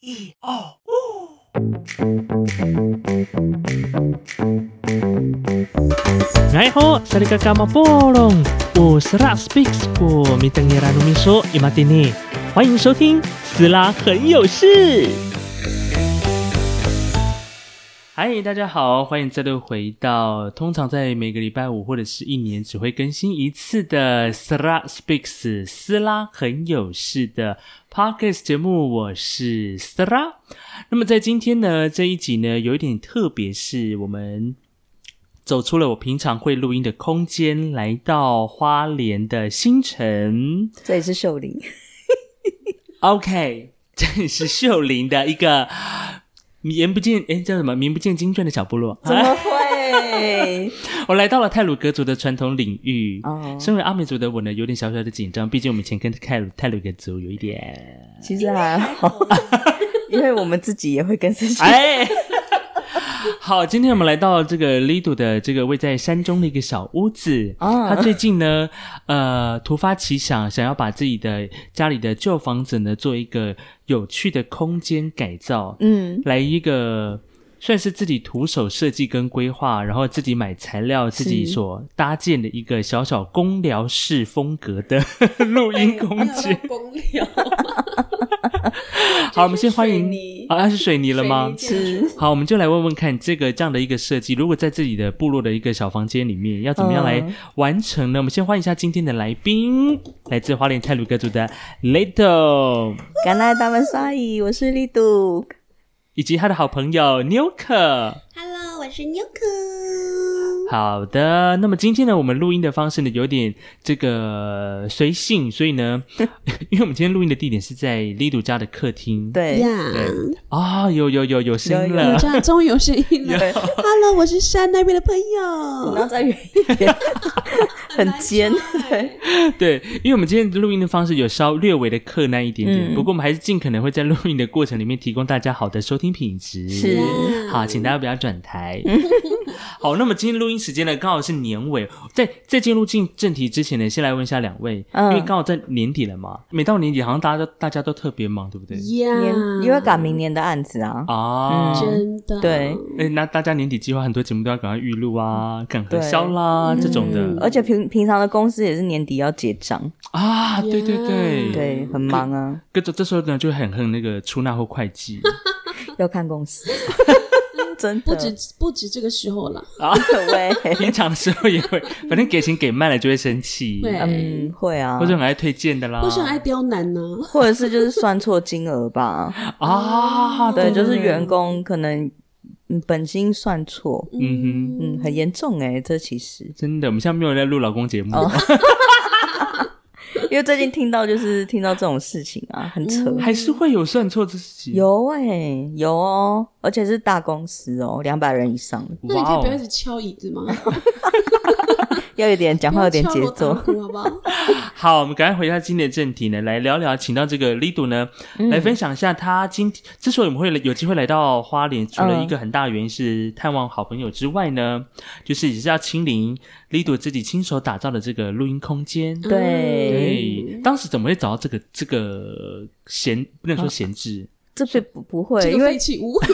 一哦哦。哎吼，萨利嘎嘎马波隆，我是拉 speaks 我米登耶拉努米说伊马蒂尼，欢迎收听斯拉很有事。嗨，大家好，欢迎再度回到通常在每个礼拜五或者是一年只会更新一次的斯拉 speaks 斯拉很有事的 podcast 节目，我是斯拉。那么在今天呢这一集呢有一点特别，是我们走出了我平常会录音的空间，来到花莲的新城。这里是秀玲， OK，这 里是秀林的一个 名不见哎叫什么名不见经传的小部落。啊怎么会？ 我来到了泰鲁格族的传统领域。哦，身为阿美族的我呢，有点小小的紧张，毕竟我们以前跟泰鲁泰鲁格族有一点，其实还好，因为我们自己也会跟自 己。哎，好，今天我们来到这个 Lido 的这个位在山中的一个小屋子，啊他最近呢，呃，突发奇想，想要把自己的家里的旧房子呢，做一个有趣的空间改造，嗯，来一个算是自己徒手设计跟规划，然后自己买材料，自己所搭建的一个小小公聊式风格的 录音空间。公聊，啊哎好，我们先欢迎你啊，是水泥了吗？是好，我们就来问问看，这个这样的一个设计，如果在自己的部落的一个小房间里面，要怎么样来嗯完成呢？我们先欢迎一下今天的来宾，来自花莲泰鲁格族的 Little，感谢大们刷姨，我是丽杜。以及他的好朋友 Nuke。 Hello，我是 Nuku。好的，那么今天呢，我们录音的方式呢有点这个随性，所以呢，因为我们今天录音的地点是在 Lido 家的客厅。对呀，啊、有有有有声音有了这。样终于有声 音了。对， Hello，我是山那边的朋然后友。再远一点，很尖。对， 对，因为我们今天录音的方式有稍略微的克难一点点，嗯不过我们还是尽可能会在录音的过程里面提供大家好的收听品质。是好，请大家不要转台。 好，那么今天录音时间呢，刚好是年尾，在在进入进正题之前呢，先来问一下两位，嗯因为刚好在年底了嘛，每到年底好像大家都大家都特别忙，对不嗯对？呀年因为赶明年的案子啊，啊，嗯真的对，哎、那大家年底计划很多节目都要赶快预录啊，赶核对销啦这种的、嗯而且平平常的公司也是年底要结账，啊，对对对嗯对，很忙啊，各种这时候呢，就很恨那个出纳或会计 要看公司， 真的不止不止这个时候了，啊，对，平常的时候也会，反正给钱给慢了就会生气，对嗯，会啊或，者很爱推荐的啦，不是很爱刁难呢。或者是就是算错金额吧，啊，哦对，就是员工可能嗯本薪算错，嗯，嗯，很严重哎、这其实真的，我们现在没有人在录老公节哦目，因为最近听到就是听到这种事情啊，很扯。 嗯还是会有算错的事情，有哎、有哦，而且是大公司哦，两百人以上，那你可哇以不要一哦，直敲椅子吗？要有点讲话有点节不要敲锣奏打。鼓好嗯不好？好，我们赶快回到今天的正题呢，来聊聊，请到这个 Lido 呢、嗯来分享一下他今之所以我们会来有机会来到花莲，除哦了一个很大的原因是探望好朋友之外呢，就是也是要亲临 Lido 自己亲手打造的这个录音空间。对，对，当时怎么会找到这个这个闲不啊能说闲置这边不不会，这因个为废弃物，喂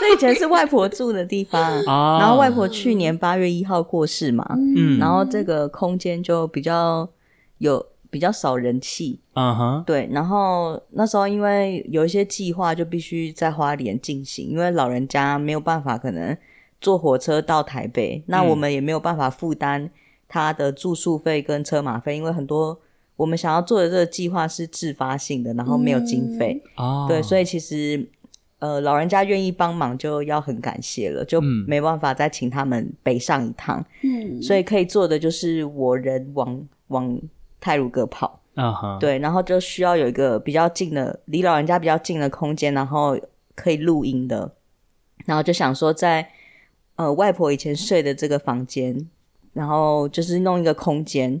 这以前是外婆住的地 方，啊？嗯然后哦外婆去年八月一号过世嘛，嗯，然后这个空间就比较有比较少人气，嗯哼，对，然后那时候因为有一些计划就必须在花莲进行，因为老人家没有办法可能坐火车到台北，那嗯我们也没有办法负担他的住宿费跟车马费，因为很多我们想要做的这个计划是自发性的，然后没有经费，哦，对，所以以其实呃老人家愿意帮忙就要很感谢了，就嗯没办法再请他们北上一趟，嗯，所以可以做的就是我人往往泰鲁阁跑。嗯哼，，对，然后就需要有一个比较近的，离老人家比较近的空间，然后可以录音的。然后就想说在，呃外婆以前睡的这个房间，然后就是弄一个空间，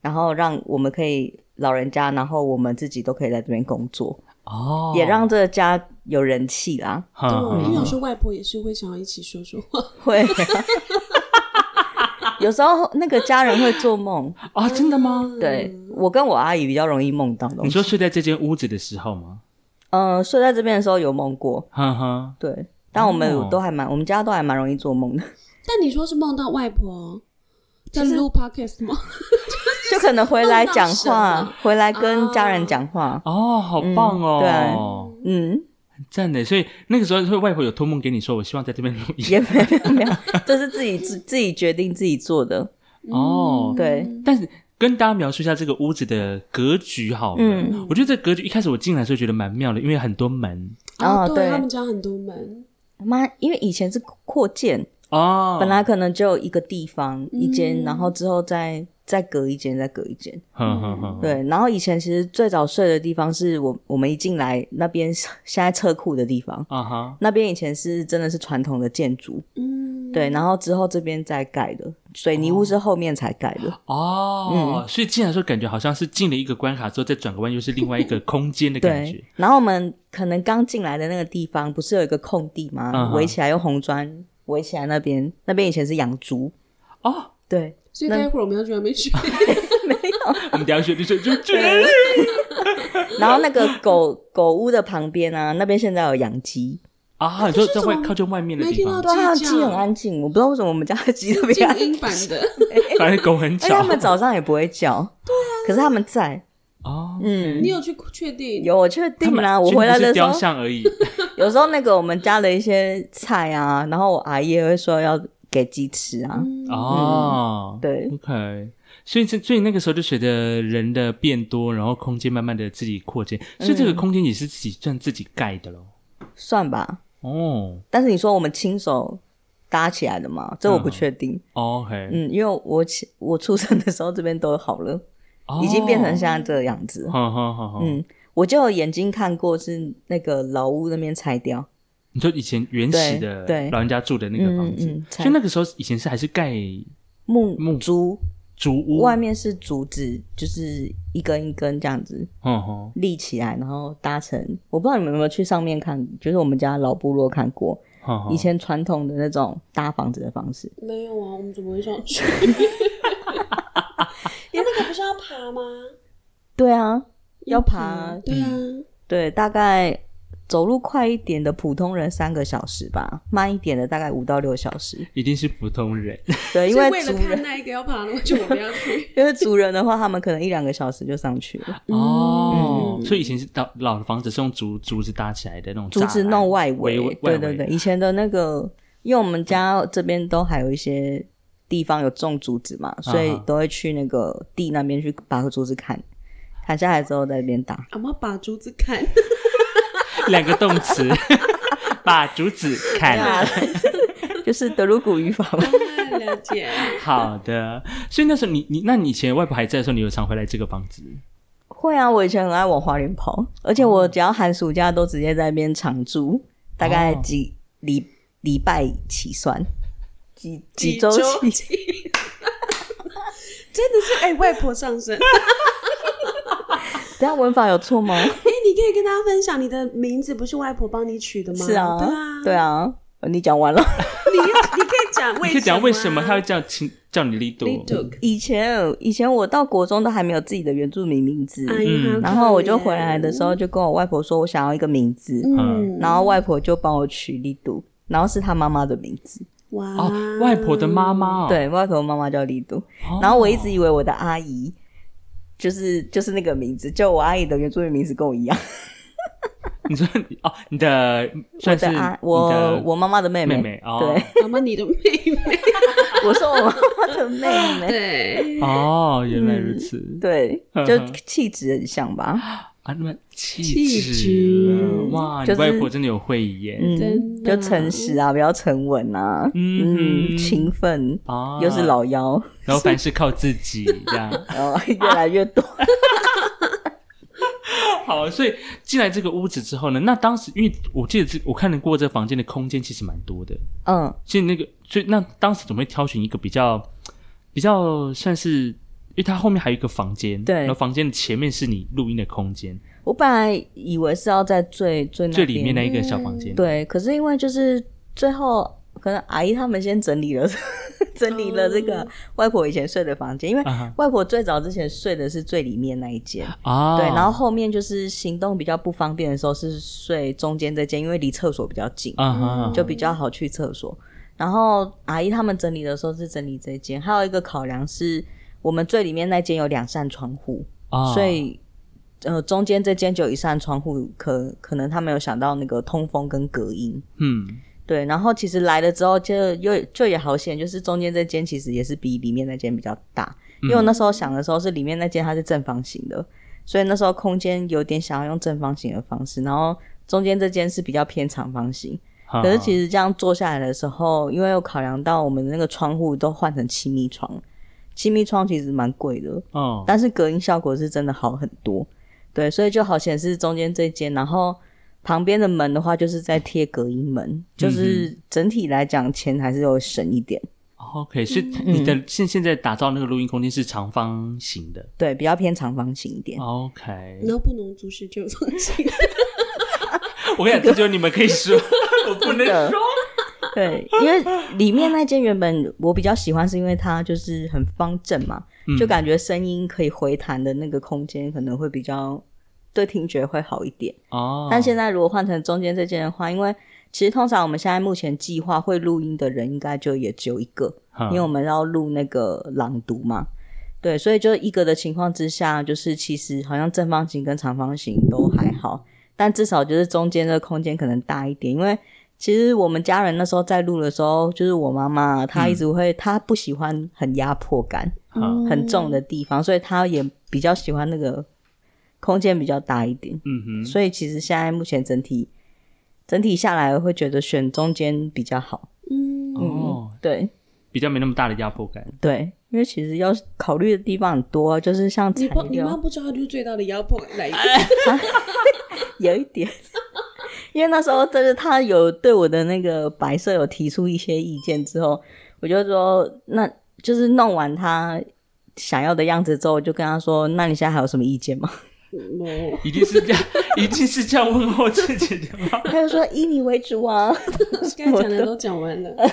然后让我们可以老人家，然后我们自己都可以在这边工作，哦，也让这个家有人气啦。哼对，因为有哼时候外婆也是会想要一起说说话。会 啊，有时候那个家人会做梦。啊，真的吗？对我跟我阿姨比较容易梦到东嗯你西说睡在这间屋子的时候吗？啊呃，睡在这边的时候有梦过，哼哼，对，但我们哦都还蛮，我们家都还蛮容易做梦的，但你说是梦到外婆在录 podcast 吗？就可能回来讲梦到神话了，回来跟家人讲话，哦，好棒哦，嗯嗯，很赞的。所以那个时候，所以外婆有托梦给你说，我希望在这边录音也没有没有， 就是自己自自己决定自己做的，哦。对，但是跟大家描述一下这个屋子的格局好了。嗯我觉得这格局一开始我进来的时候觉得蛮妙的，因为很多门哦啊，对他们家很多门，妈，因为以前是扩建，哦，本来可能就有一个地方一间，然嗯后之后再再隔一间，再隔一间。哼哼哦哼，对，然后以前其实最早睡的地方是我我们一进来那边 是现在车库的地方，啊哈，那边以前是真的是传统的建筑，嗯，哦对，然后之后这边再盖的，水泥屋是后面才盖的，哦，所以进来的时候感觉好像是进了一个关卡之后，再转个弯又是另外一个空间的感对觉。。然后我们可能刚进来的那个地方不是有一个空地嗯吗？哼围起来用红砖围起来那边，那边以前是养猪，哦，对，所以待会儿我们要 去还没去，我们等一下学就就就然后那个狗狗屋的旁边啊，那边现在有养鸡，啊，你说在外靠近外面的没地听到方，对啊，鸡叫鸡很安静，我不知道为什么我们家的鸡特别安静静，音版的，反正狗很而且吵他。们早上也不会叫，对啊，可是他们在，哦， 嗯你，有去确定？有我确他定们啦，我回来真的是时雕候，像而已。有时候那个我们家的一些菜啊，然后我阿姨也会说要给鸡吃啊，哦，对，OK。所以这所以那个时候就随着人的变多，然后空间慢慢的自己扩建，所以这个空间也是自己算自己盖的咯。算吧。哦但是你说我们亲手搭起来的嘛，这我不确定， ，OK，嗯，因为我起我出生的时候这边都好了，哦已经变成现在这个样子了，好好好好，嗯。我就有眼睛看过，是那个老屋那边拆掉，你说以前原始的对对老人家住的那个房子，嗯嗯所以那个时候以前是还是盖木木竹竹屋，外面是竹子，就是一根一根这样子嗯哼，立起来，然后搭成。我不知道你们有没有去上面看，就是我们家老部落看过嗯哼以前传统的那种搭房子的方式。没有啊，我们怎么会上 去？你那个不是要爬吗？对啊，要爬，嗯对啊，对，大概走路快一点的普通人三个小时吧，慢一点的大概五到六小时。一定是普通人，对，因所为以啊为族了看人，那一个要爬的，就我们要 去。因为族人的话，他们可能一两个小时就上去 了，哦，嗯所以以前是老老的房子是用竹竹子搭起来的那种栅竹栏，子弄外围。围对对对，，以前的那个，因为我们家这边都还有一些。地方有种竹子嘛，所以嗯啊哈都会去那个地那边去把竹子砍，砍下来之后在那边打。阿妈把竹子 砍， 两个动词，把竹子砍了。啊就是德鲁古语法嘛。啊了解。好的，所以那时候你你那你以前外婆还在的时候，你有常回来这个房子？会啊，我以前很爱往花莲跑，而且我只要寒暑假都直接在那边常住，大概哦几礼礼拜起算，几几几周周起。真的是 哎、外婆上身。 等一下文法有错吗？哎、你可以跟大家分享，你的名字不是外婆帮你取的吗？是啊对啊，，对啊，你讲完了。 你你可以讲为什么、你啊，可以讲为什么她会叫亲叫你力度？你 took 以前以前我到国中都还没有自己的原住民名嗯字，哎呀嗯然后我就回来的时候，就跟我外婆说我想要一个名字，嗯，然后外婆就帮我取丽都，然后是她妈妈的名字。哇、哦，外婆的妈妈哦，对，外婆妈妈叫丽都，哦然后我一直以为我的阿姨就是就是那个名字，就我阿姨的原住民名字跟我一样。你说你哦，你的算是对你啊的，我我妈妈的妹妹妹妹哦对，妈妈你的妹妹， 我说我妈妈的妹 妹，对，哦，原来如此、对嗯，就哼气质很像吧，啊，那么气气质质啊哇，就是你外婆真的有慧眼、嗯真，的嗯就诚实啊，比较沉稳啊，嗯嗯，勤奋，啊，又是，老 妖，然后凡事靠自己这 样。然后越来越多。好，所以进来这个屋子之后呢，那当时因为我记得这我看得过这房间的空间其实蛮多的，嗯，所以那个，所以那当时怎么会挑选一个比较比较算是，因为它后面还有一个房间，对然后房间的前面是你录音的空间，我本来以为是要在最最那最里面边那一个小房间，对，可是因为就是最后可能阿姨他们先整理了 整理了这个外婆以前睡的房间，因为哦啊哈外婆最早之前睡的是最里面那一间，啊，对，然后后面就是行动比较不方便的时候是睡中间这间，因为离厕所比较近，啊哈，就比较好去厕所。然后阿姨他们整理的时候是整理这间，还有一个考量是我们最里面那间有两扇窗户，啊所以呃中间这间就有一扇窗户，可可能他没有想到那个通风跟隔音。嗯对，然后其实来了之后就又就也好险，就是中间这间其实也是比里面那间比较大，因为我那时候想的时候是里面那间它是正方形的，所以那时候空间有点想要用正方形的方式，然后中间这间是比较偏长方形。哈，可是其实这样坐下来的时候，因为有考量到我们的那个窗户都换成气密窗，气密窗其实蛮贵的，哦但是隔音效果是真的好很多。对，所以就好显示中间这间，然后旁边的门的话就是在贴隔音门，就是整体来讲钱还是有省一点，嗯，OK，是你的现现在打造那个录音空间是长方形的对，比较偏长方形一点。哦，OK，然后不能阻止就有这种情况我跟你讲，这就是你们可以 说，我不能的说，对，因为里面那间原本我比较喜欢，是因为它就是很方正嘛，就感觉声音可以回弹的那个空间可能会比较对听觉会好一点。哦，但现在如果换成中间这间的话，因为其实通常我们现在目前计划会录音的人应该就也只有一个，因为我哈们要录那个朗读嘛。对，所以就一个的情况之下，就是其实好像正方形跟长方形都还好，但至少就是中间的空间可能大一点，因为其实我们家人那时候在录的时候，就是我妈妈她一直会，她不喜欢很压迫感、好很重的地方，所以她也比较喜欢那个空间比较大一点。嗯哼。所以其实现在目前整体整体下来，会觉得选中间比较好。 嗯，哦，对比较没那么大的压迫感。对，因为其实要考虑的地方很多，就是像材你不，你妈料啊不知道就是最大的压迫感来源。哎 有一点。 因为那时候真的他有对我的那个白色有提出一些意见之后，我就说，那就是弄完他想要的样子之后，我就跟他说，那你现在还有什么意见吗？ 哦，一定是这样，一定是这样问候自己的吗他就说以你为主啊。该讲的都讲完了。嗯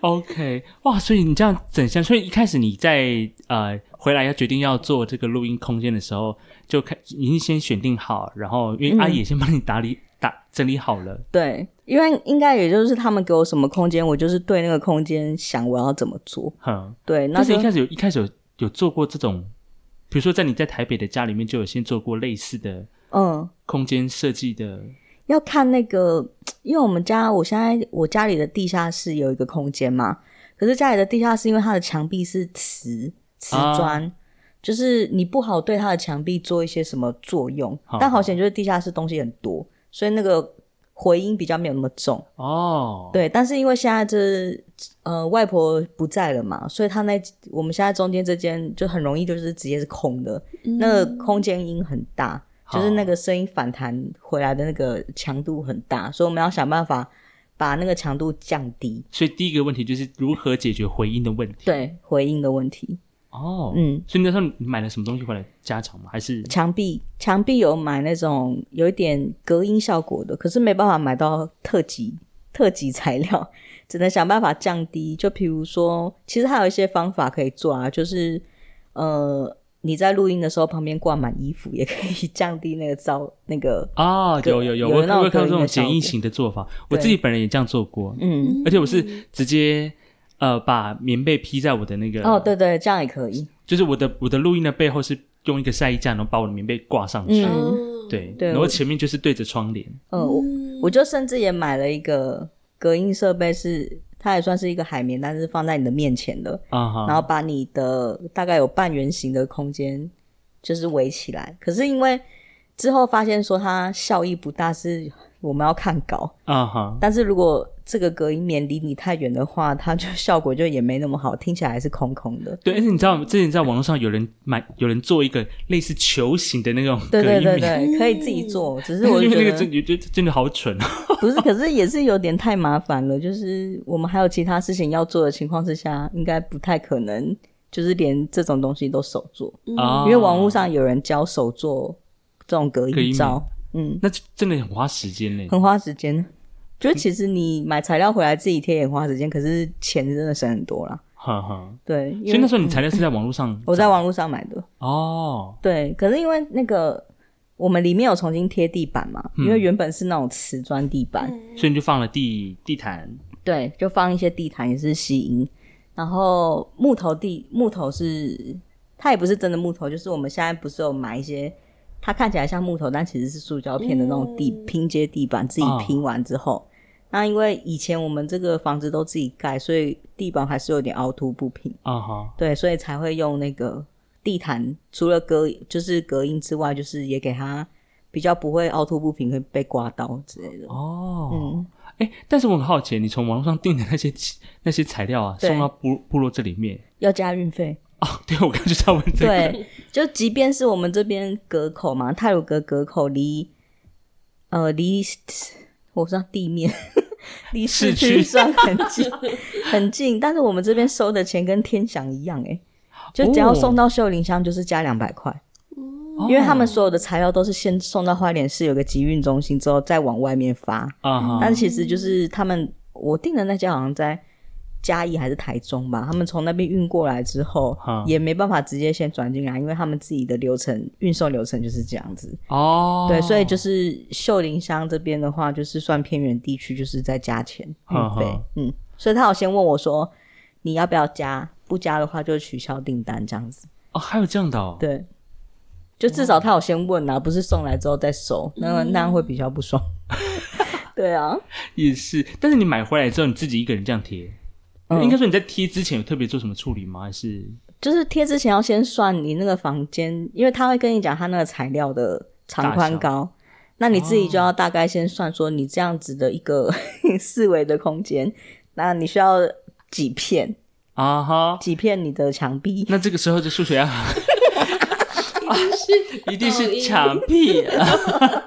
？OK，哇，所以你这样整箱，所以一开始你在呃回来要决定要做这个录音空间的时候，就开已经先选定好，然后因嗯为阿姨也先帮你打理、打整理好了。对，因为应该也就是他们给我什么空间，我就是对那个空间想我要怎么做。哼，对，那但是就一开始有一开始有有做过这种，比如说在你在台北的家里面就有先做过类似的嗯，空间设计的要看那个，因为我们家我现在我家里的地下室有一个空间嘛，可是家里的地下室因为它的墙壁是瓷瓷砖。就是你不好对它的墙壁做一些什么作用，好但好险就是地下室东西很多，所以那个回音比较没有那么重。哦。对，但是因为现在这呃外婆不在了嘛，所以她那我们现在中间这间就很容易就是直接是空的，那个空间音很大，就是那个声音反弹回来的那个强度很大，所以我们要想办法把那个强度降低。所以第一个问题就是如何解决回音的问题。对回应的问题，哦，嗯，所以那时候你买了什么东西回来加长吗？还是墙壁墙壁有买那种有一点隔音效果的，可是没办法买到特级特级材料， 只能想办法降低。就比如说，其实还有一些方法可以做啊，就是呃，你在录音的时候旁边挂满衣服，也可以降低那个噪那个啊，对有有有，有我那种我有看到这隔音种的效简易果型的做法，我对自己本人也这样做过，嗯。而且我是直接呃把棉被披在我的那个哦，，对对，这样也可以。就是我的我的录音的背后是用一个晒衣架，然后把我的棉被挂上去，嗯哦，对，对然后我前面就是对着窗帘，嗯，我嗯我就甚至也买了一个隔音设备是，它也算是一个海绵，但是放在你的面前的。啊哈，然后把你的大概有半圆形的空间就是围起来。可是因为之后发现说它效益不大，是我们要看稿。啊哈，但是如果这个隔音棉离你太远的话，它就效果就也没那么好，听起来还是空空的。对，而且你知道之前在网络上有人买，有人做一个类似球形的那种隔 对音对棉，对对，可以自己做，只是但我 是就因为觉那个真得的真真的好蠢啊，不是，可是也是有点太麻烦了。就是我们还有其他事情要做的情况之下，应该不太可能，就是连这种东西都手做，啊嗯因为网络上有人教手做这种隔隔音音棉罩，嗯，那真的很花时间呢，很花时间。就其实你买材料回来自己贴也花时间，可是钱真的省很多啦。哈哈。对，因所以为嗯那时候你材料是在网络上，我在网络上买的，哦，对，可是因为那个我们里面有重新贴地板嘛，嗯因为原本是那种瓷砖地板，所以你就放了地地毯，对，就放一些地毯也是吸音，然后木头地木头是它也不是真的木头，就是我们现在不是有买一些。它看起来像木头，但其实是塑胶片的那种地、拼接地板，自己哦拼完之后，那因为以前我们这个房子都自己盖，所以地板还是有点凹凸不平。啊哈，对，所以才会用那个地毯，除了隔就是隔音之外，就是也给它比较不会凹凸不平，会被刮到之类的。哦嗯，哎、但是我很好奇，你从网络上订的那些那些材料啊，对送到部部落这里面要加运费，啊？对，我刚才就在问这个，对，就即便是我们这边隔口嘛，泰鲁阁隔口离呃离我知道地面 离市市区区算很近 很近，但是我们这边收的钱跟天祥一样哎、就只要哦送到秀林乡，就是加两百块。因为他们所有的材料都是先送到花莲市有个集运中心之后再往外面发，啊哈，但其实就是他们我订的那家好像在嘉义还是台中吧，他们从那边运过来之后哈也没办法直接先转进来，因为他们自己的流程运送流程就是这样子。哦，对，所以就是秀林乡这边的话，就是算偏远地区，就是在加钱哈运哈费。嗯，所以他有先问我说你要不要加，不加的话就取消订单这样子。哦，还有这样的哦，对，就至少他有先问啊，不是送来之后再收，那那样会比较不爽。 对啊，也是。但是你买回来之后，你自己一个人这样贴，嗯应该说你在贴之前有特别做什么处理吗？还是就是贴之前要先算你那个房间，因为他会跟你讲他那个材料的长宽高，那你自己哦就要大概先算说你这样子的一个 四维的空间，那你需要几片啊哈？几片你的墙 壁，那这个时候这数学要是 一定是墙哦壁啊，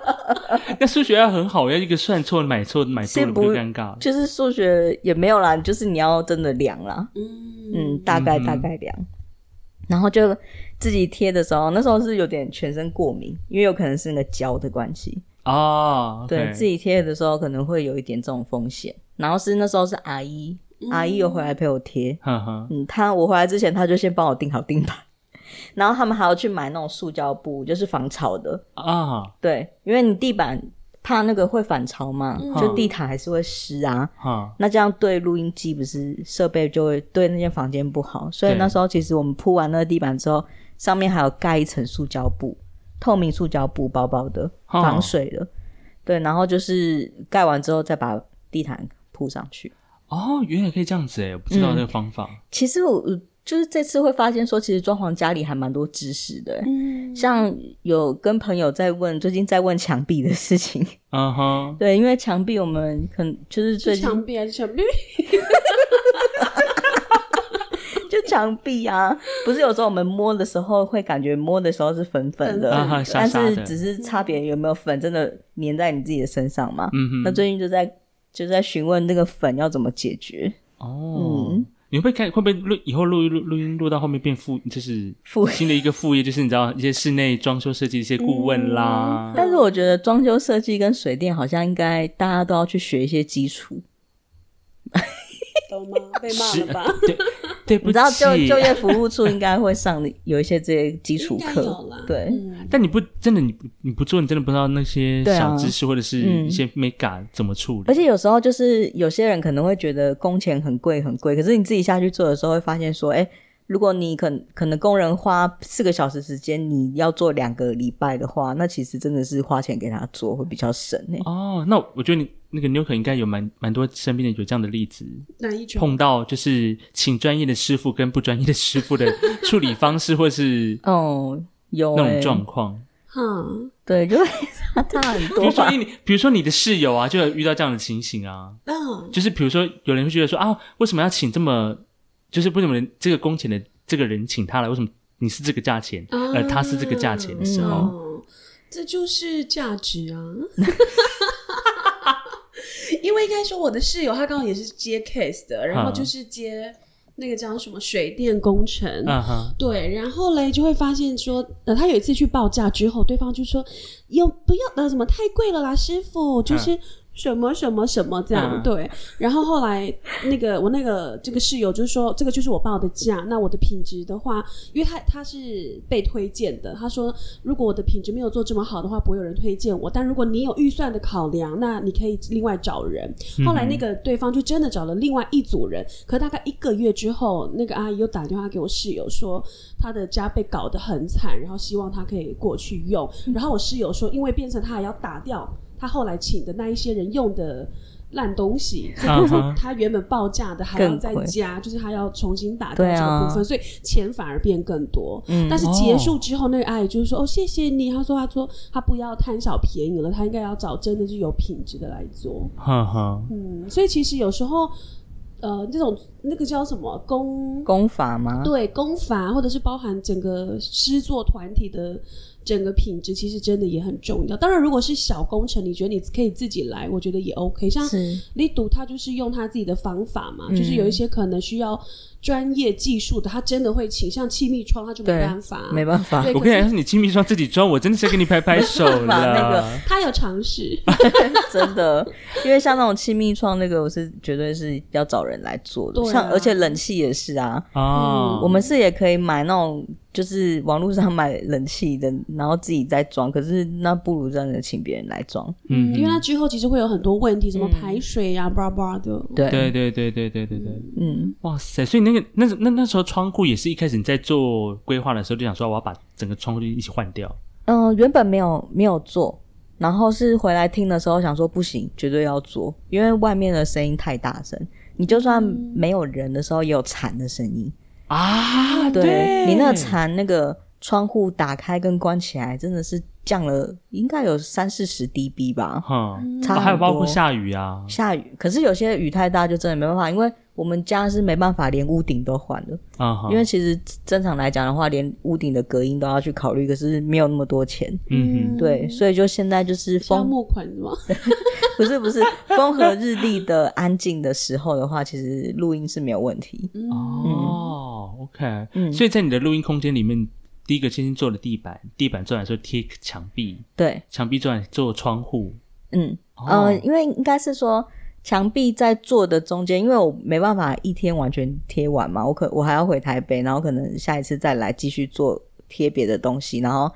那数学要很好，要一个算错、买错、买多了是不不就尴尬了？就是数学也没有啦，就是你要真的量啦，嗯嗯，大概嗯大概量。然后就自己贴的时候，那时候是有点全身过敏，因为有可能是那个胶的关系。哦，对 OK 自己贴的时候可能会有一点这种风险。然后是那时候是阿姨，嗯阿姨有回嗯来陪我贴。呵呵，嗯，她我回来之前，她就先帮我订好订单， 然后他们还要去买那种塑胶布，就是防潮的。啊对，因为你地板怕那个会反潮嘛，嗯就地毯还是会湿啊。哈，那这样对录音机不是设备就会对那间房间不好，所以对那时候其实我们铺完那个地板之后，上面还有盖一层塑胶布，透明塑胶布薄薄的，哦防水的。对，然后就是盖完之后再把地毯铺上去。哦，原来可以这样子哎，我不知道这个方法。其实我我就是这次会发现说，其实装潢家里还蛮多知识的欸、嗯像有跟朋友在问，最近在问墙壁的事情， 嗯哼，对，因为墙壁我们可能就是最是近墙壁还是墙壁？ 就墙壁 啊，不是有时候我们摸的时候会感觉摸的时候是粉粉粉的，粉啊哈，傻但傻是的，只是差别有没有粉真的粘在你自己的身上嘛？嗯哼，那最近就在就在询问那个粉要怎么解决，哦，嗯你会不会开会不会录以后录一录录音录到后面变副，就是副新的一个副业，就是你知道一些室内装修设计的一些顾问嗯啦。但是我觉得装修设计跟水电好像应该大家都要去学一些基础，懂吗？被骂是了吧？对，对你不知道就起就。业服务处应该会上有一些这些基础应该有课啦，，对，嗯但你不真的你不你不做，你真的不知道那些对啊小知识或者是嗯一些 mega 怎么处而理。且有时候就是有些人可能会觉得工钱很贵很贵，可是你自己下去做的时候会发现说，哎、如果你可可能工人花四个小时时间，你要做两个礼拜的话，那其实真的是花钱给他做会比较省欸呢、哦，那我觉得你那个 n e w k 应该有蛮蛮多身边的有这样的例子，哪一种？碰到就是请专业的师傅跟不专业的师傅的 处理方式，或是哦，有、那欸、种状况。哈，对，就会差差 很比多如说吧。你，比如说你的室友啊，就有遇到这样的情形啊。嗯，就是比如说，有人会觉得说啊，为什么要请这么，就是为什么这个工钱的这个人请他来，为什么你是这个价钱，啊而他是这个价钱的时候，哦，这就是价值啊。因为应该说，我的室友他刚好也是接 case 的，然后嗯就是接那个叫什么水电工程，嗯哼，对，然后嘞就会发现说，呃，他有一次去报价之后，对方就说有不要呃什么太贵了啦，师傅，就是什么什么什么这样、嗯对。然后后来那个我那个这个室友就说，这个就是我报的价。那我的品质的话，因为他他是被推荐的，他说如果我的品质没有做这么好的话，不会有人推荐我。但如果你有预算的考量，那你可以另外找人。后来那个对方就真的找了另外一组人，可大概一个月之后，那个阿姨又打电话给我室友说，她的家被搞得很惨，然后希望她可以过去用。嗯然后我室友说，因为变成她还要打掉她后来请的那一些人用的。烂东西，所 嗯以哼她原本报价的还要更再贵加，就是她要重新打掉啊对这个啊部分，所以钱反而变更多。嗯但是结束之后，那个阿姨就是说：“哦，谢谢你。”她说：“她说她不要贪小便宜了，她应该要找真的是有品质的来做。”哼 哼，嗯，所以其实有时候，呃，这种那个叫什么公功法吗？对公法，或者是包含整个诗作团体的整个品质，其实真的也很重要。当然，如果是小工程，你觉得你可以自己来，我觉得也 OK。像是，李赌他就是用他自己的方法嘛，嗯就是有一些可能需要专业技术的，他真的会请，像气密窗他就没对办法，没办法，对，我可跟你讲，要是是你亲密霜自己装，我真的是要给你拍拍手把了。 那个嗯他有尝试， 真的，因为像那种气密窗那个，我是绝对是要找人来做的。对啊像而且冷气也是啊，哦，我们是也可以买那种，就是网络上买冷气的，然后自己再装。可是那不如真的请别人来装。嗯，因为他之后其实会有很多问题，什么嗯排水啊，巴拉巴拉的，对，对对对对对对对，嗯，哇塞！所以那个那那那时候窗户也是一开始你在做规划的时候就想说我要把整个窗户一起换掉。嗯、原本没有没有做，然后是回来听的时候想说不行，绝对要做，因为外面的声音太大声。你就算嗯没有人的时候，也有蝉的声音。啊，对你那个蝉那个窗户打开跟关起来，真的是降了应该有三四十 dB 吧，哼，差哦很还有包括多下雨啊，下雨，可是有些雨太大就真的没办法，因为我们家是没办法连屋顶都换的，啊哈，因为其实正常来讲的话，连屋顶的隔音都要去考虑，可是没有那么多钱，嗯对，所以就现在就是像风募款是吗？不是不是风和日丽的安静的时候的话，其实录音是没有问题，哼，哦，OK，嗯所以在你的录音空间里面，第一个先做了地板，地板做完之后贴墙壁，对，墙壁做完做窗户，嗯，哦呃，因为应该是说墙壁在做的中间，因为我没办法一天完全贴完嘛，我可我还要回台北，然后可能下一次再来继续做贴别的东西，然后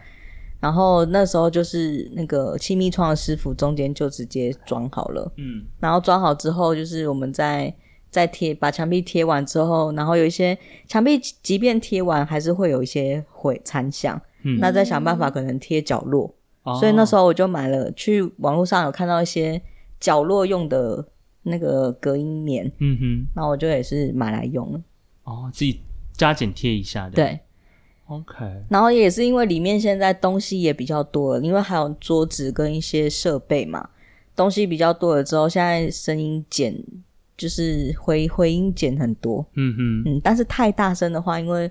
然后那时候就是那个气密窗的师傅中间就直接装好了，嗯，然后装好之后就是我们再再贴把墙壁贴完之后，然后有一些墙壁即便贴完还是会有一些灰残像，嗯那再想办法可能贴角落。哦所以那时候我就买了，去网络上有看到一些角落用的那个隔音棉，嗯哼，然后我就也是买来用了。哦，自己加减贴一下的，对， ，OK，然后也是因为里面现在东西也比较多了，因为还有桌子跟一些设备嘛，东西比较多了之后，现在声音减就是回回音减很多。嗯哼，嗯，但是太大声的话，因为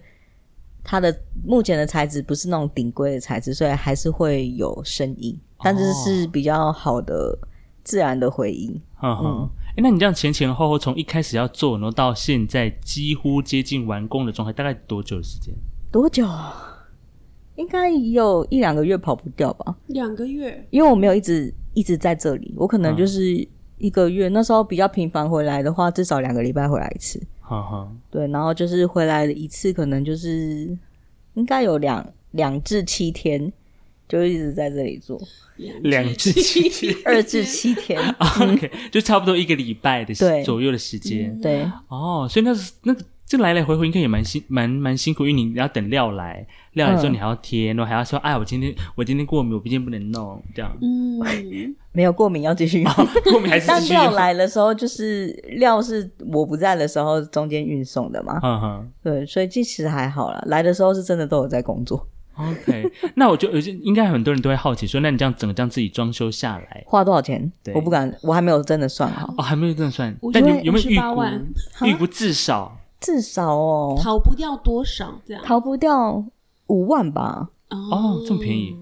它的目前的材质不是那种顶规的材质，所以还是会有声音，但是是比较好的自然的回音。哈嗯哈。哎，那你这样前前后后从一开始要做，然后到现在几乎接近完工的状态，大概多久的时间？多久？应该有一两个月跑不掉吧，两个月，因为我没有一直一直在这里，我可能就是一个月。那时候比较频繁回来的话，至少两个礼拜回来一次。哈哈，对，然后就是回来一次，可能就是应该有两两至七天，就一直在这里做。 两至七天二至七 天， ，OK，就差不多一个礼拜的时对嗯左右的时间。对哦，所以那是那个这来来回回应该也蛮辛蛮蛮辛苦，因为你要等料来，料来之后嗯你还要贴，然后还要说，哎，我今天我今天过敏，我今天不能弄，这 样嗯，没有过敏要哦继续用。过敏还是但继续料用。来的时候，就是料是我不在的时候中间运送的嘛，嗯哼对，所以其实还好啦。来的时候是真的都有在工作， ，OK，那我就有些应该很多人都会好奇说，那你这样整个这样自己装修下来，花多少钱对？我不敢，我还没有真的算好，哦，还没有这样算我，觉但得你有没有预58万估？ 预估至少至少哦，逃不掉多少这样？逃不掉五万吧。哦，这么便宜，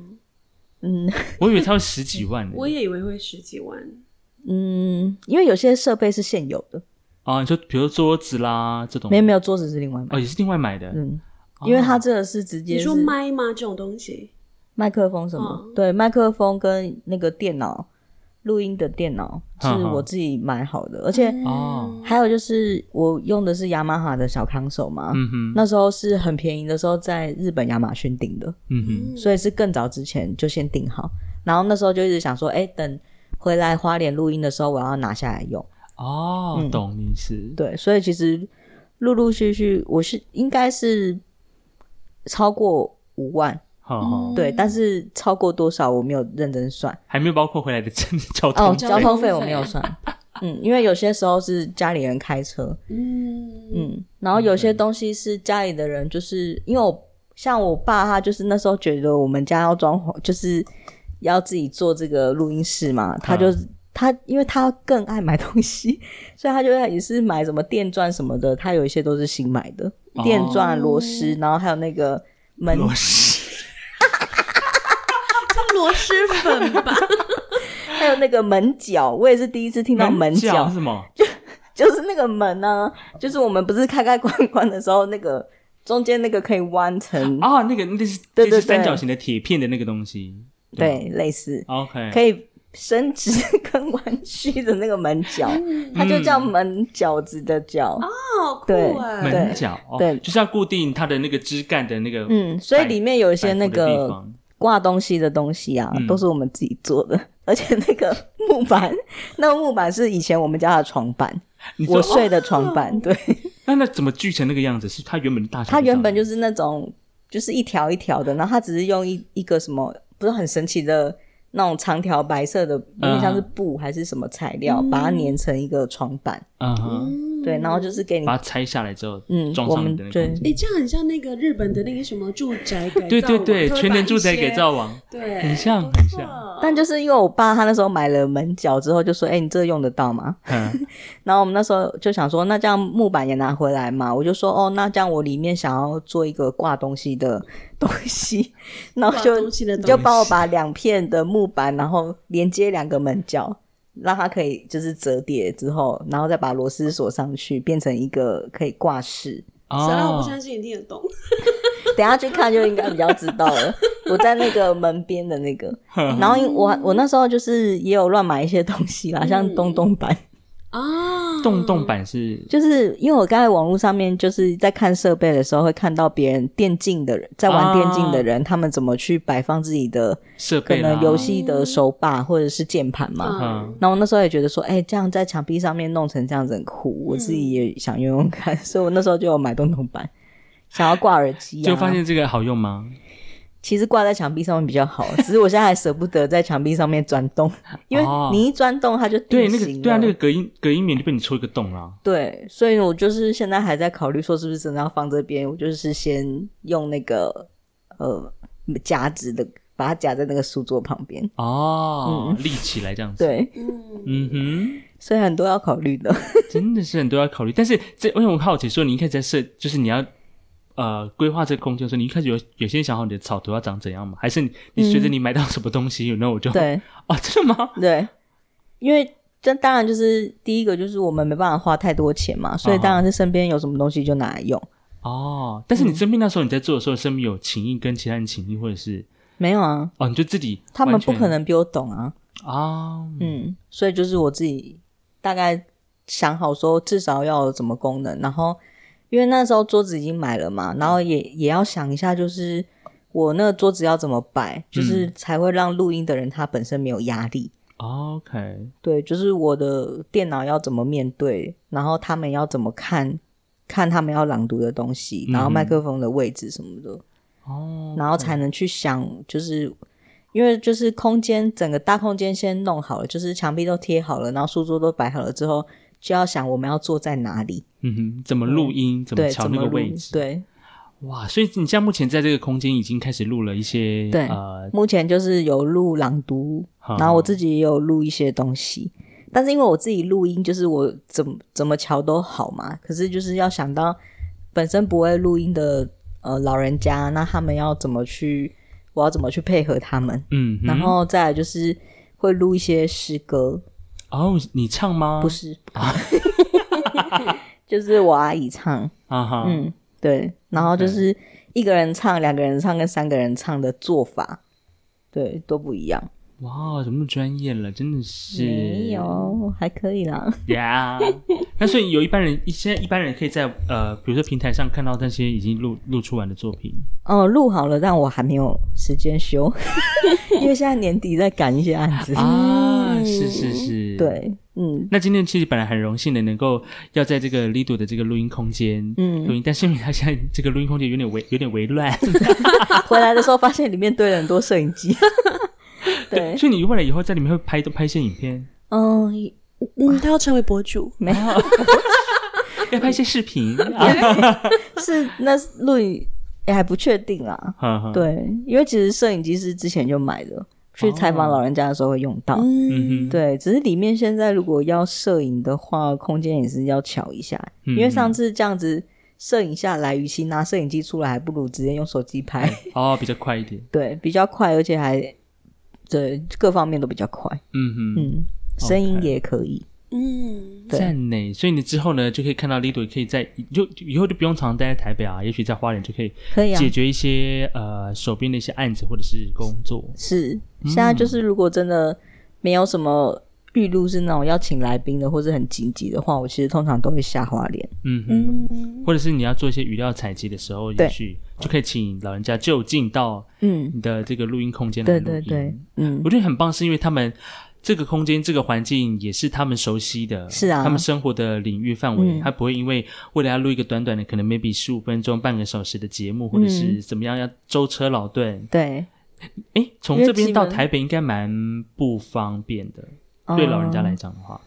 嗯我以为它会十几万呢。 我也以为会十几万， 嗯，因为有些设备是现有的，啊，你说比如桌子啦这种，没有没有桌子是另外买，哦，也是另外买的，嗯，因为哦它这个是直接你说是麦吗？这种东西麦克风什么？嗯对，麦克风跟那个电脑，录音的电脑是哈哈我自己买好的，而且哦，还有就是我用的是雅马哈的小康手嘛，嗯哼，那时候是很便宜的时候，在日本亚马逊订的，嗯哼，所以是更早之前就先订好，然后那时候就一直想说，哎、等回来花莲录音的时候，我要拿下来用。哦，嗯懂你是，对，所以其实陆陆续续，我是应该是超过五万，哈哈，嗯对，但是超过多少我没有认真算。还没有包括回来的交哦，通交费，通费我没有算，嗯，因为有些时候是家里人开车，嗯嗯，然后有些东西是家里的人，就是因为我像我爸，他就是那时候觉得我们家要装潢，就是要自己做这个录音室嘛，他就、他因为他更爱买东西， 所以他就也是买什么电钻什么的，他有一些都是新买的，哦电钻、螺丝，然后还有那个门螺 丝，像螺蛳 粉吧，还有那个门角，我也是第一次听到门角角是，什么？ 就是那个门呢、就是我们不是开开关关的时候，那个中间那个可以弯成，啊，那个那是对对就是对三角形的铁片的那个东西，对，类似，OK，可以伸直跟弯曲的那个门角，它就叫门角子的角。好酷对哎！门角，哦对就是要固定它的那个枝干的那个，嗯，所以里面有一些那摆幅的地个方挂东西的东西啊，嗯都是我们自己做的。而且那个木板， 那个木板是以前我们家的床板，你我说睡的床板。 对，那那怎么锯成那个样子？是它原本大小？它原本就是那种就是一条一条的，然后它只是用一一个什么不是很神奇的那种长条白色的，有点像是布还是什么材料，把它粘成一个床板。嗯哼，对，然后就是给你把它拆下来之后，嗯装我上们你的那个对空间。哎，这样很像那个日本的那个什么住宅改造网，对对对，他会把全能住宅一些改，造网，对，很像不错很像但就是因为我爸他那时候买了门角之后，就说：“哎、你这用得到吗 嗯，？”然后我们那时候就想说，那这样木板也拿回来嘛。我就说：“哦，那这样我里面想要做一个挂东西的 东西，然后挂就东西的你东就西帮我把两片的木板，然后连接两个门角，让它可以就是折叠之后，然后再把螺丝锁上去，变成一个可以挂饰。虽啊然我不哦，相信你听得懂，等一下去看就应该比较知道 了。我在那个门边的那个。”然后因为我我那时候就是也有乱买一些东西嗯啦，像东东板，哦 啊，哦洞洞板是就是因为我刚才网络上面就是在看设备的时候，会看到别人电竞的人在玩电竞的人，啊他们怎么去摆放自己的设可备啦能，游戏啊的手把或者是键盘嘛。嗯，然后我那时候也觉得说，哎、这样在墙壁上面弄成这样子很酷，我自己也想用用看，所以我那时候就有买东东板，想要挂耳机、啊。就发现这个好用吗？其实挂在墙壁上面比较好， 只是我现在还舍不得在墙壁上面钻 洞，因为哦你一钻洞它就对，定那个型对啊，了那个隔音隔音棉就被你戳一个洞啦。对，所以我就是现在还在考虑说是不是真的要放这边，我就是先用那个呃夹子的把它夹在那个书桌旁边。哦，立起来这样子。，嗯对，嗯，嗯哼。所以很多要考虑 的。真的是很多要考虑。但是这，因为我好奇说，你一开始在设，就是你要呃规划这个空间的时候，你一开始有有先想好你的草图要长怎样吗？还是你你随着你买到什么东西，那、我就嗯对哦，真的吗？对，因为这当然就是第一个就是我们没办法花太多钱嘛，啊所以当然是身边有什么东西就拿来用。哦，但是你生病那时候你在做的时候，身边有情谊跟其他人情谊，或者是没有啊，哦，你就自己他们完全不可能比我懂啊。啊，嗯，所以就是我自己大概想好说，至少要有什么功能，然后因为那时候桌子已经买了嘛，然后也也要想一下，就是我那个桌子要怎么摆，就是才会让录音的人他本身没有压哦力。OK，对，就是我的电脑要怎么面对，然后他们要怎么看，看他们要朗读的东西，然后麦克风的位置什么的，哦，然后才能去想，就是因为就是空间整个大空间先弄好了，就是墙壁都贴好了，然后书桌都摆好了之后，就要想我们要坐在哪里，嗯哼，怎么录音，怎么对，调怎那么个录位置，，对，哇，所以你现在目前在这个空间已经开始录了一些对呃，目前就是有录朗读，然后我自己也有录一些东西。但是因为我自己录音，就是我怎么怎么瞧都好嘛。可是就是要想到本身不会录音的呃老人家，那他们要怎么去，我要怎么去配合他们？嗯哼，然后再来就是会录一些诗歌，哦，你唱吗？不是， 就是我阿姨唱，啊嗯哈，嗯，对，然后就是一个人唱、两个人唱跟三个人唱的做法，对，都不一样。哇，怎么那么专业了？真的是没有，还可以啦。呀。 那所以有一般人，现在一般人可以在呃，比如说平台上看到那些已经录录出完的作品。哦，录好了，但我还没有时间 修，因为现在年底在赶一些案子。啊，是是是，。对，嗯，那今天其实本来很荣幸的能够要在这个 Lido 的这个录音空间，嗯录音，但是因为它现在这个录音空间有点微有点微 乱，回来的时候发现里面堆了很多摄影 机。对，所以你未来以后在里面会拍拍一些影 片，嗯，嗯，他要成为博主，没有，要拍一些视 频，啊是那录影也还不确定啦。呵呵，对，因为其实摄影机是之前就买的，去采访老人家的时候会用哦到。嗯嗯，哼，对，只是里面现在如果要摄影的话，空间也是要瞧一下，嗯因为上次这样子摄影下来，与其拿摄影机出来，还不如直接用手机拍，哦，比较快一点， 对，比较快，而且还对各方面都比较快，嗯哼，嗯，声音也可以，嗯，对赞呢，所以你之后呢，就可以看到 Lido 也可以在就以后就不用常待在台北啊，也许在花莲就可以可以啊解，决一些、呃手边的一些案子或者是工作。是现在就是嗯如果真的没有什么。预录是那种要请来宾的，或是很紧急的话，我其实通常都会下花莲。嗯哼，嗯，或者是你要做一些语料采集的时候，对也许就可以请老人家就近到嗯，你的这个录音空间来对录对音。对，嗯我，觉得很棒，是因为他们这个空间、这个环境也是他们熟悉的，是啊他们生活的领域范围，嗯他不会因为为了要录一个短短的，可能 maybe 十五分钟、半个小时的节目，或者是嗯怎么样要舟车劳顿。对，哎，从因为这边基到本台北应该蛮不方便的，对老人家嗯来讲的话，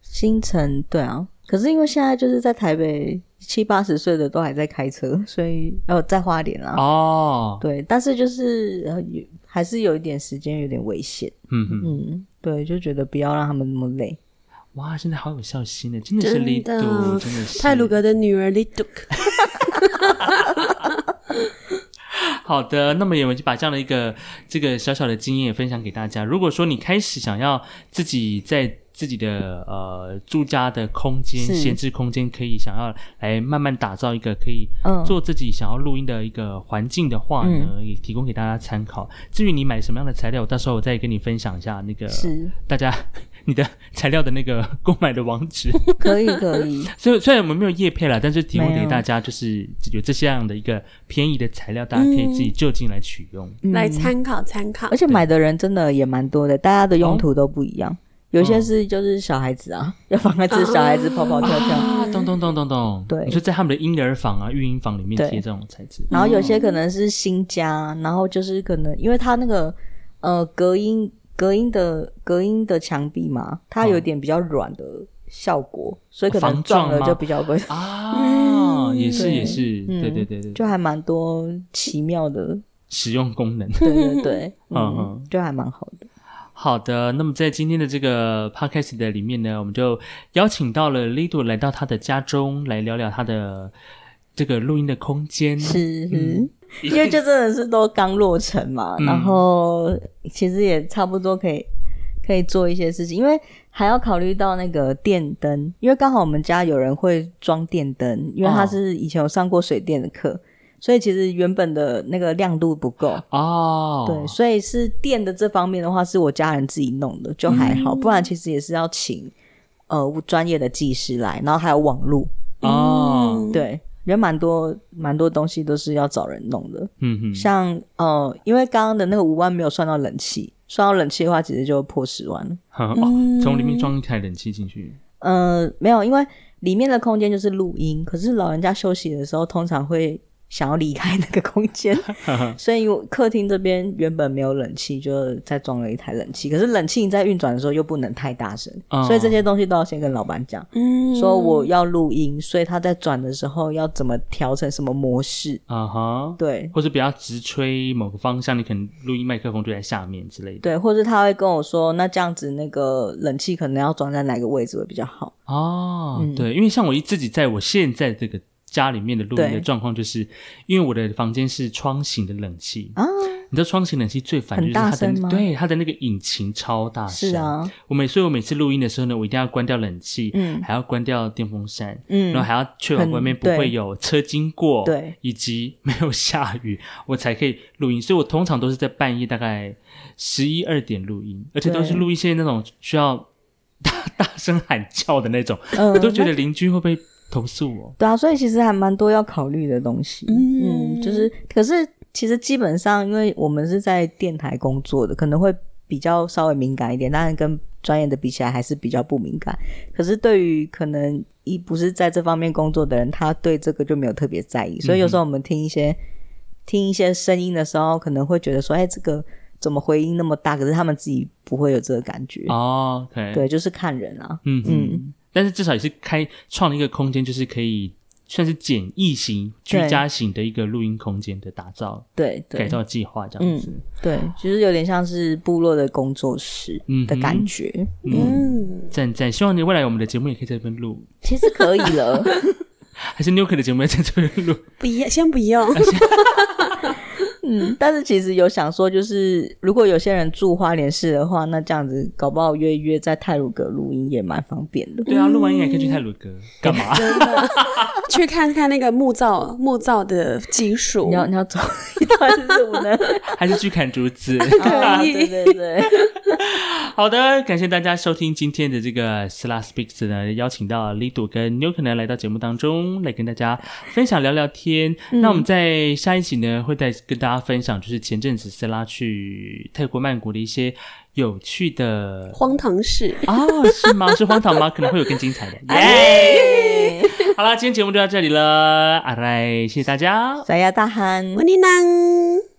新城对啊，可是因为现在就是在台北七八十岁的都还在开车，所以呃在花莲啦、哦，对，但是就是呃有还是有一点时间有点危险，嗯哼，嗯，对，就觉得不要让他们那么累，哇，现在好有孝心呢，真的是真 Lido，的真的是泰鲁格的女儿 Liduk，好的，那么也我们就把这样的一个这个小小的经验也分享给大家。如果说你开始想要自己在自己的呃住家的空间、是闲置空间，可以想要来慢慢打造一个可以嗯，做自己想要录音的一个环境的话呢，也提供给大家参考。至于你买什么样的材料，到时候我再跟你分享一下那个是大家 你的材料的那个 购买的网址。 可以可以，所以虽然我们没有业配啦，但是提供没给有大家就是有这样的一个便宜的材料，大家可以自己就近来取用。嗯来参考参考而。且买的人真的也蛮多的，大家的哦用途都不一样。有些是就是小孩子啊， 要防止小孩子跑跑跳跳，啊，懂懂懂懂懂，对你说在他们的婴儿房啊、育婴房里面对贴这种材质，然后有些可能是新家，然后就是可能因为它那个呃隔音隔音的隔音的墙壁嘛，它有点比较软的效果，所以可哦防能撞撞了吗就比较不会， 啊，也是对也是，嗯对对对对，就还蛮多奇妙 的，使用功能。 对对对，嗯嗯，就还蛮好的。好的，那么在今天的这个 podcast 的里面呢，我们就邀请到了 Lido 来到他的家中来聊聊他的这个录音的空间。是，嗯因为就真的是都刚落成嘛，嗯然后其实也差不多可以可以做一些事情，因为还要考虑到那个电灯，因为刚好我们家有人会装电灯，因为他哦是以前有上过水电的课，所以其实原本的那个亮度不够。哦，对，所以是电的这方面的话，是我家人自己弄的，就还嗯好。不然其实也是要请呃专业的技师来，然后还有网路，哦，嗯对，人蛮多蛮多东西都是要找人弄的。嗯哼，像呃，因为刚刚的那个五万没有算到冷气，算到冷气的话，其实就破十万了。 嗯哦，从里面装一台冷气进去，呃，没有，因为里面的空间就是录音，可是老人家休息的时候，通常会想要离开那个空间，所以我客厅这边原本没有冷气，就再装了一台冷气。可是冷气你在运转的时候又不能太大声，哦所以这些东西都要先跟老板讲，嗯，说我要录音，所以他在转的时候要怎么调成什么模式。啊哈，对，或是不要直吹某个方向，你可能录音麦克风就在下面之类的。对，或是他会跟我说，那这样子那个冷气可能要装在哪个位置会比较好？哦，对，因为像我一自己在我现在这个家里面的录音的对状况，就是因为我的房间是窗型的冷气，啊，你知道窗型冷气最烦就是很大它的声吗对它的那个引擎超大声。是，啊，我每所以我每次录音的时候呢，我一定要关掉冷气，嗯还要关掉电风扇，嗯然后还要确保很外面不对会有车经过，对，以及 没有下雨，我才可以录音。所以我通常都是在半夜大概十一二点录音，而且都是对录一些那种需要大 大声喊叫的那种，嗯我都觉那得邻居会不会投诉我？对啊，所以其实还蛮多要考虑的东西。嗯，就是可是其实基本上，因为我们是在电台工作的，可能会比较稍微敏感一点，当然跟专业的比起来还是比较不敏感。可是对于可能一不是在这方面工作的人，他对这个就没有特别在意，所以有时候我们听一些、听一些声音的时候，可能会觉得说，哎，这个怎么回音那么大？可是他们自己不会有这个感觉。哦，OK，，对，就是看人啊。嗯嗯嗯，但是至少也是开创了一个空间，就是可以。算是简易型、居对家型的一个录音空间的打造、对对，嗯改造计划这样子。对，就是有点像是部落的工作室的感觉。嗯，赞赞，希望你未来我们的节目也可以在这边录，其实可以 了，还是 Nuke 的节目要在这边录？ 不要，先不 用。嗯，但是其实有想说，就是如果有些人住花莲市的话，那这样子搞不好约一约在泰鲁阁录音也蛮方便哦的。对啊，录完音也可以去泰鲁阁，干嘛？真的， 去看看那个木造木造的技术你。要 你要走一段路 呢？还是去砍竹子？啊可以对对 对，好的，感谢大家收听今天的这个 Sla Speaks 呢，邀请到 Lido 跟 Nuke 呢来到节目当中，来跟大家分享聊聊天。嗯那我们在下一期呢，会再跟大家分享，就是前阵子 Sla 去泰国曼谷的一些有趣的。荒唐事，哦，是吗？是荒唐吗？可能会有更 精彩的。耶、哎， 好啦，今天节目就到这里了，阿来，谢谢大家。小亚大喊我。呢喃。